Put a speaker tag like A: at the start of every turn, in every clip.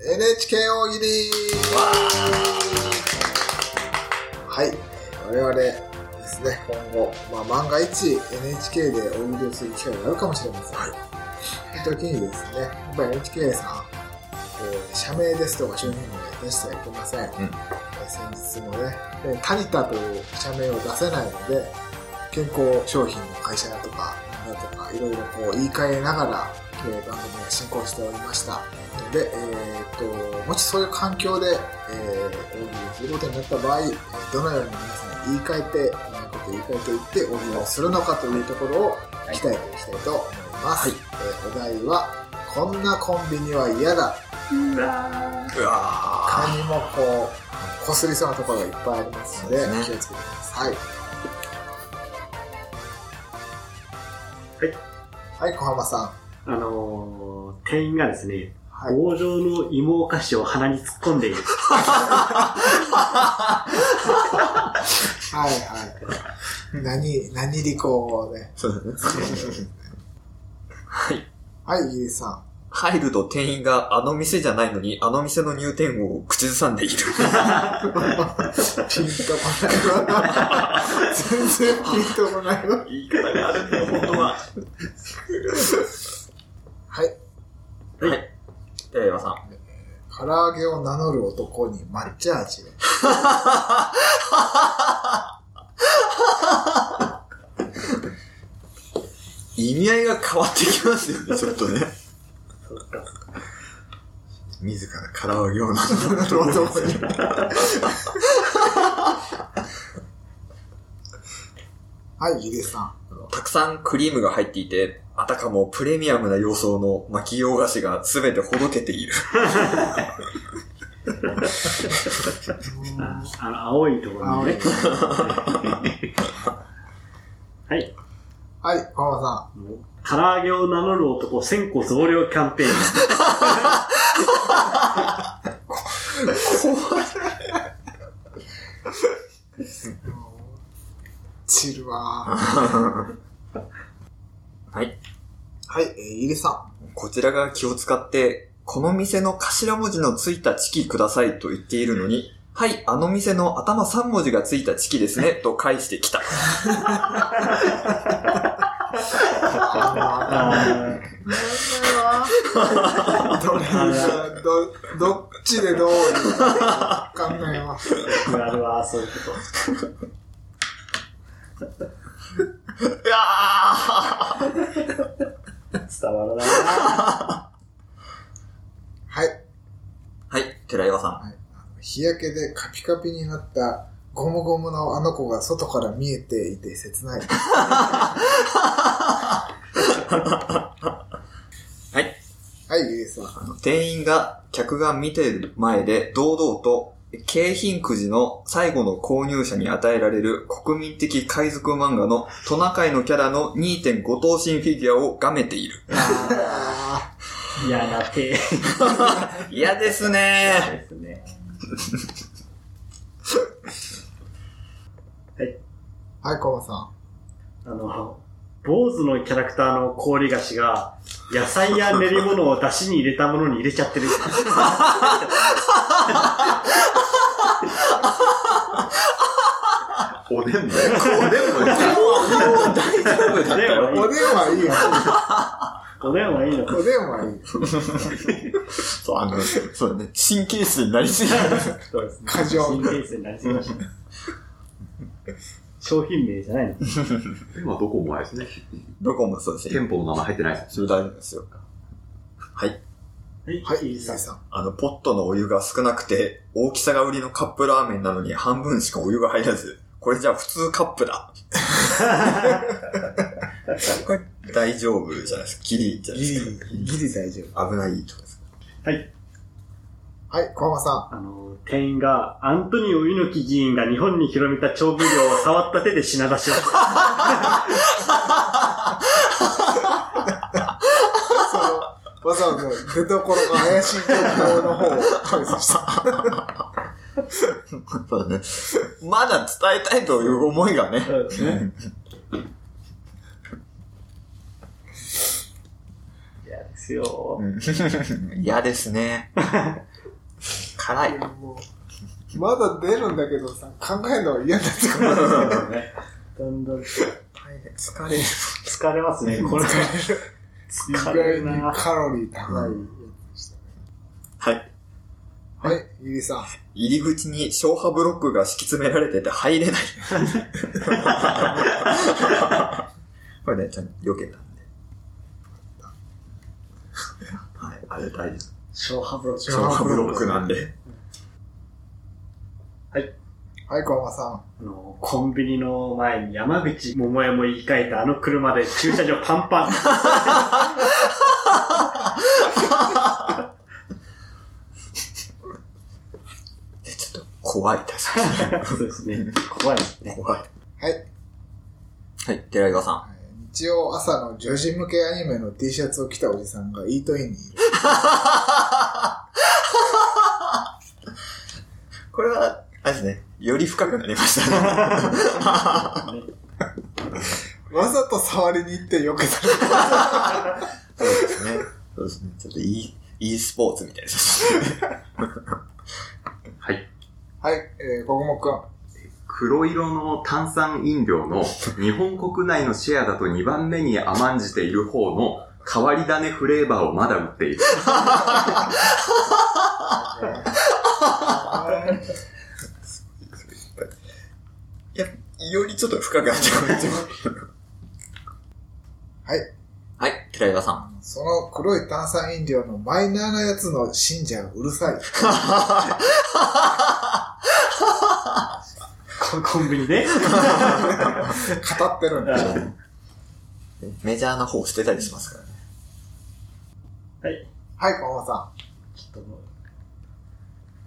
A: NHK 大喜利はい、我々ですね、今後、まあ、漫画1 NHK で大喜利をする機会があるかもしれません。はい。時にですね、やっぱり NHK さん、えー社名ですとか商品名出してはいけません。えー先日もね、えータニタという社名を出せないので、健康商品の会社だとか、なんだとか、いろいろこう言い換えながら、えー番組が進行しておりました。で、えーっと、もしそういう環境で、えー、大喜利をすることになった場合、えーどのように皆さん言い換えて、うまいこと言い換えていって、大喜利をするのかというところを鍛えていきたいと思います。えーお題は、こんなコンビニは嫌だ。
B: うわ
C: うわ
A: 他にもこう、こすりそうなところがいっぱいありますので、
C: そうで
A: 気
C: すね
A: をつけてください。はい。はい、小浜さん。
D: あのー、店員がですね、
A: はい。
D: 棒状の芋お菓子を鼻に突っ込んでいる。
A: はいはい。何、何利口をね。
C: そうだねはい。
A: はい、ゆうさん。
C: 入ると店員があの店じゃないのに、あの店の入店を口ずさんでいる。
A: ピンとこないわ。全然ピンとこないわ。
C: 言い方があるんだよ、本当は。
A: はい。
C: はい。では、岩さん。
A: 唐揚げを名乗る男に抹茶味を。
C: 意味合いが変わってきますよね、ちょっとね。
D: そっか。
C: 自ら唐揚げを な
A: 男に。はい、ゆりさん。
C: たくさんクリームが入っていて、あたかもプレミアムな様相の巻き洋菓子がすべてほどけている。
D: ああの、青いところ
A: 青
D: に
A: い
D: ね。はい。
A: はい、小浜さ
D: 唐揚げを名乗る男、1000個増量キャンペーン。
A: ん。散るわー。
C: はい。
A: はい、えー、ゆり さ
C: こちらが気を使って、この店の頭文字のついたチキくださいと言っているのに、はい、あの店の頭3文字がついたチキ ですね、と返してきた。
A: ん。あ
D: あー
A: ーどれがど、どっちでどういうか考えます。
D: あるわ、そういうこ
C: うわ
D: と。伝わらない
A: はい。
C: はい、寺岩さん。
A: 日焼けでカピカピになったゴムゴムのあの子が外から見えていて切 ない。
C: はい。
A: はい、ゆりさん。
C: あの店員が客が見ている前で堂々と、景品くじの最後の購入者に与えられる国民的海賊漫画のトナカイのキャラの2.5等身フィギュアをがめている。
A: あ
D: な。嫌な手で
C: 嫌ですね
D: すね。はい。
A: ーはい、コマさん。
D: あの、坊主のキャラクターの氷菓子が、野菜や練り物を出汁に入れたものに入れちゃってる。
E: おでんも おでんもね
C: 大丈夫だった よ。
A: おでんはいいよ。
D: おでんはいいのか
A: おでんはいい。
C: そう、あの、そうだね。神経質になりすぎる。
D: そうですね。
A: 過剰
D: 新ケースになりすぎました。商品名じゃないの
E: 今どこもあれですね。
C: どこもそうですね。
E: 店舗の名前入ってないです
C: それ大丈夫ですよ。はい。
A: はい、ゆ
D: いい
A: り
D: さ
A: さ
D: ん。
A: ん。
C: あの、ポットのお湯が少なくて、大きさが売りのカップラーメンなのに半分しかお湯が入らず、これじゃ普通カップだ。これ大丈夫じゃないですか。ギリじゃない
A: ギ
C: で
A: リ
C: すか。、
A: ギリ大丈夫。
C: 危ないとかですか。
D: はい。
A: はい、小浜さ
D: あの、店員が、アントニオ猪木議員が日本に広めた調味料を触った手で品出しを。
A: ん。その、わざわざ出所が怪しい情報の 方を返すした。
C: そうだね。まだ伝えたいという思いがね。
D: そうですね。
A: はい、
D: ですよ。
C: うん嫌ですね。辛い。
A: もうまだ出るんだけどさ、考えるのは嫌だってこと
D: だんだん
C: 大変疲れる。
D: 疲れます ね、これ。疲
A: 意
D: れ
A: 外
D: る
A: に
D: な。
A: カロリー高いやつでしたね。
C: はい。
A: はい、ゆりさん。
C: 入り口に消波ブロックが敷き詰められてて入 れない。これね、ちゃんと避けたんで。はい、あれ大事。
D: 小ハブロ
A: 小
C: 消波ブロックなんで。
A: はい、こんばんさ
D: あの、コンビニの前に山口桃江も言い換えたあの車で駐車場パンパン。
C: でちょっと怖い、確か
D: そうですね。 怖いです
C: に。
D: ね。
C: 怖い。
A: ん。はい、
C: はい、寺井さ
A: えー日曜朝の女子向けアニメの T シャツを着たおじさんがイートインにいる。
C: ん。これは、あれですね、より深くなりましたね。
A: わざと触りに行って避けた。
C: そうですね。そうですね。ちょっと e、e スポーツみたいですね。
E: はい。
A: はい、えー、こぐもくん。
E: 黒色の炭酸飲料の日本国内のシェアだと2番目に甘んじている方の変わり種フレーバーをまだ売っている。
C: いや、よりちょっと深くなっちゃう。
A: はい。
C: はい、寺井さん。
A: その黒い炭酸飲料のマイナーなやつの信者はうるさい。
D: こ コンビニで
A: 語ってるんだ。
C: メジャーな方捨てたりしますからね。
D: はい。
A: はい、こんばんさ
D: ちょっともう、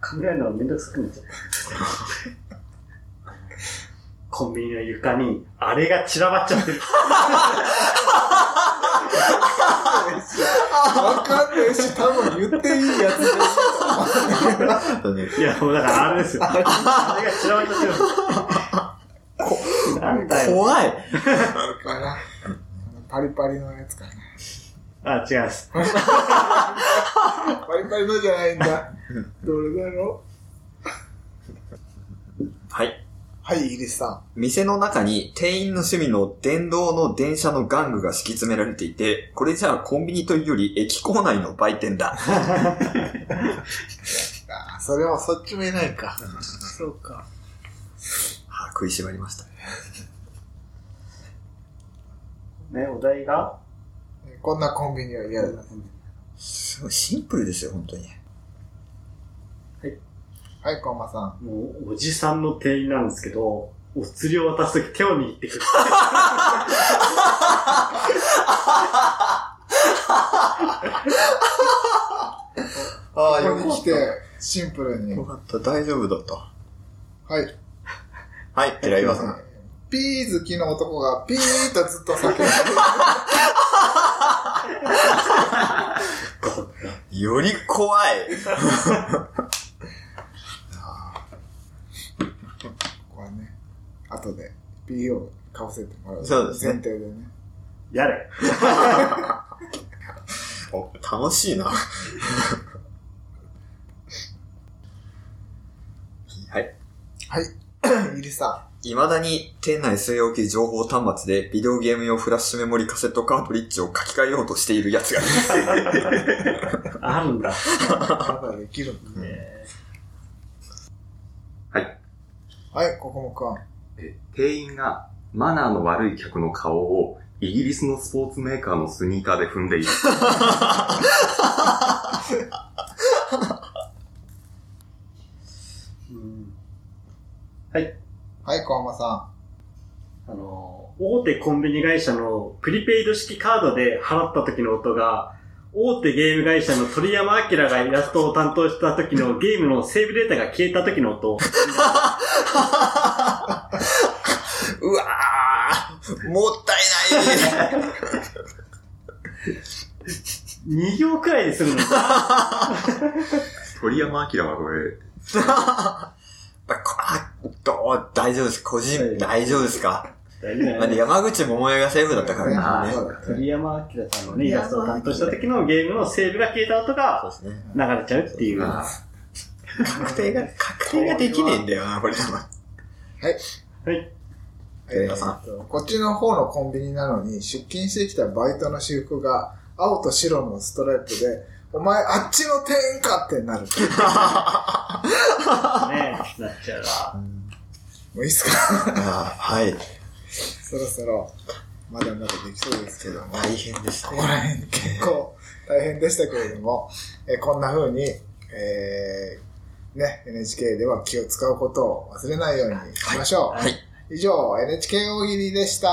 D: 考えるのがめんどくさくなっちゃった。コンビニの床に、あれが散らばっちゃってる。
A: ん。わかんないし、多分言っていいやつです。
D: いや、もうだからあれですよ。あれが散らばっちゃってる。なんだよ。
C: 怖い
A: あれかな。パリパリのやつかな。
D: あ、違います。
A: パリパリのじゃないんだ。どれだろう
C: はい。
A: はい、イギリスさ
C: 店の中に店員の趣味の電動の電車の玩具が敷き詰められていて、これじゃあコンビニというより駅構内の売店だ。
A: ん。あーそれはそっちもいないか。そうか。
C: はあ、食いしばりました。
D: ね、お題が
A: こんなコンビニは嫌だ。
C: すごいシンプルですよ、本当に。
A: はい、こんばんさん。
D: もう、おじさんの店員なんですけど、お釣りを渡すとき手を握ってくる。
A: あ
C: ー
A: ここに来て、シンプルに。
C: よ
A: は
C: かった、大丈夫だった。
A: い。
C: はい、寺岩さん。
A: ピー好きの男がピーとずっと叫 んでる。
C: より怖い
A: ここはね、後で P をかぶせてもらう。
C: そうですね
A: 前提でね。
D: やれ。
C: お楽しいな。はい。
A: イギリスさ
C: 未だに店内据え置き情報端末でビデオゲーム用フラッシュメモリカセットカートリッジを書き換えようとしているやつがいます。
D: あるん
A: ん、
D: だ。
A: まだできるんだ。
D: ね
E: はい。
A: はい、ここもくん。
E: え店員がマナーの悪い客の顔をイギリスのスポーツメーカーのスニーカーで踏んでいる。
D: うん
A: はい、小浜さ
D: あの、大手コンビニ会社のプリペイド式カードで払った時の音が、大手ゲーム会社の鳥山明がイラストを担当した時のゲームのセーブデータが消えた時の音。
C: うわーもったいない
D: 2行くらいでするの。
E: 鳥山明はこれ、
C: あ、どう大丈夫です。個人、
D: はい
C: 大丈夫ですか
D: 大事だ
C: まあ
D: よ
C: ね、
D: ね。
C: 山口百恵がセーフだったから
E: あ
C: ね。
E: ー
A: そうだね
D: 鳥山明さんのね、イラストを担当した時のゲームのセーブが消えた音
C: そう
D: が
C: ですね。
D: 流れちゃうっていう。
E: あ
D: は
C: 確定が、確定ができねえんだよな、これ多分。
A: はい。
D: い。
C: 寺田さ
A: えーっとこっちの方のコンビニなのに、出勤してきたバイトの私服が、青と白のストライプで、お前、あっちの店員かってなる。
D: ねなっちゃうわ。
A: もういいっすか
C: ああ、はい。
A: そろそろ、まだまだできそうですけども。
C: 大変です
A: こ
C: ね
A: こ。ら辺結構大変でしたけれども、えーこんな風に、えーね、NHK では気を使うことを忘れないようにしましょう。
C: はい。
A: 以上、NHK 大喜利でした。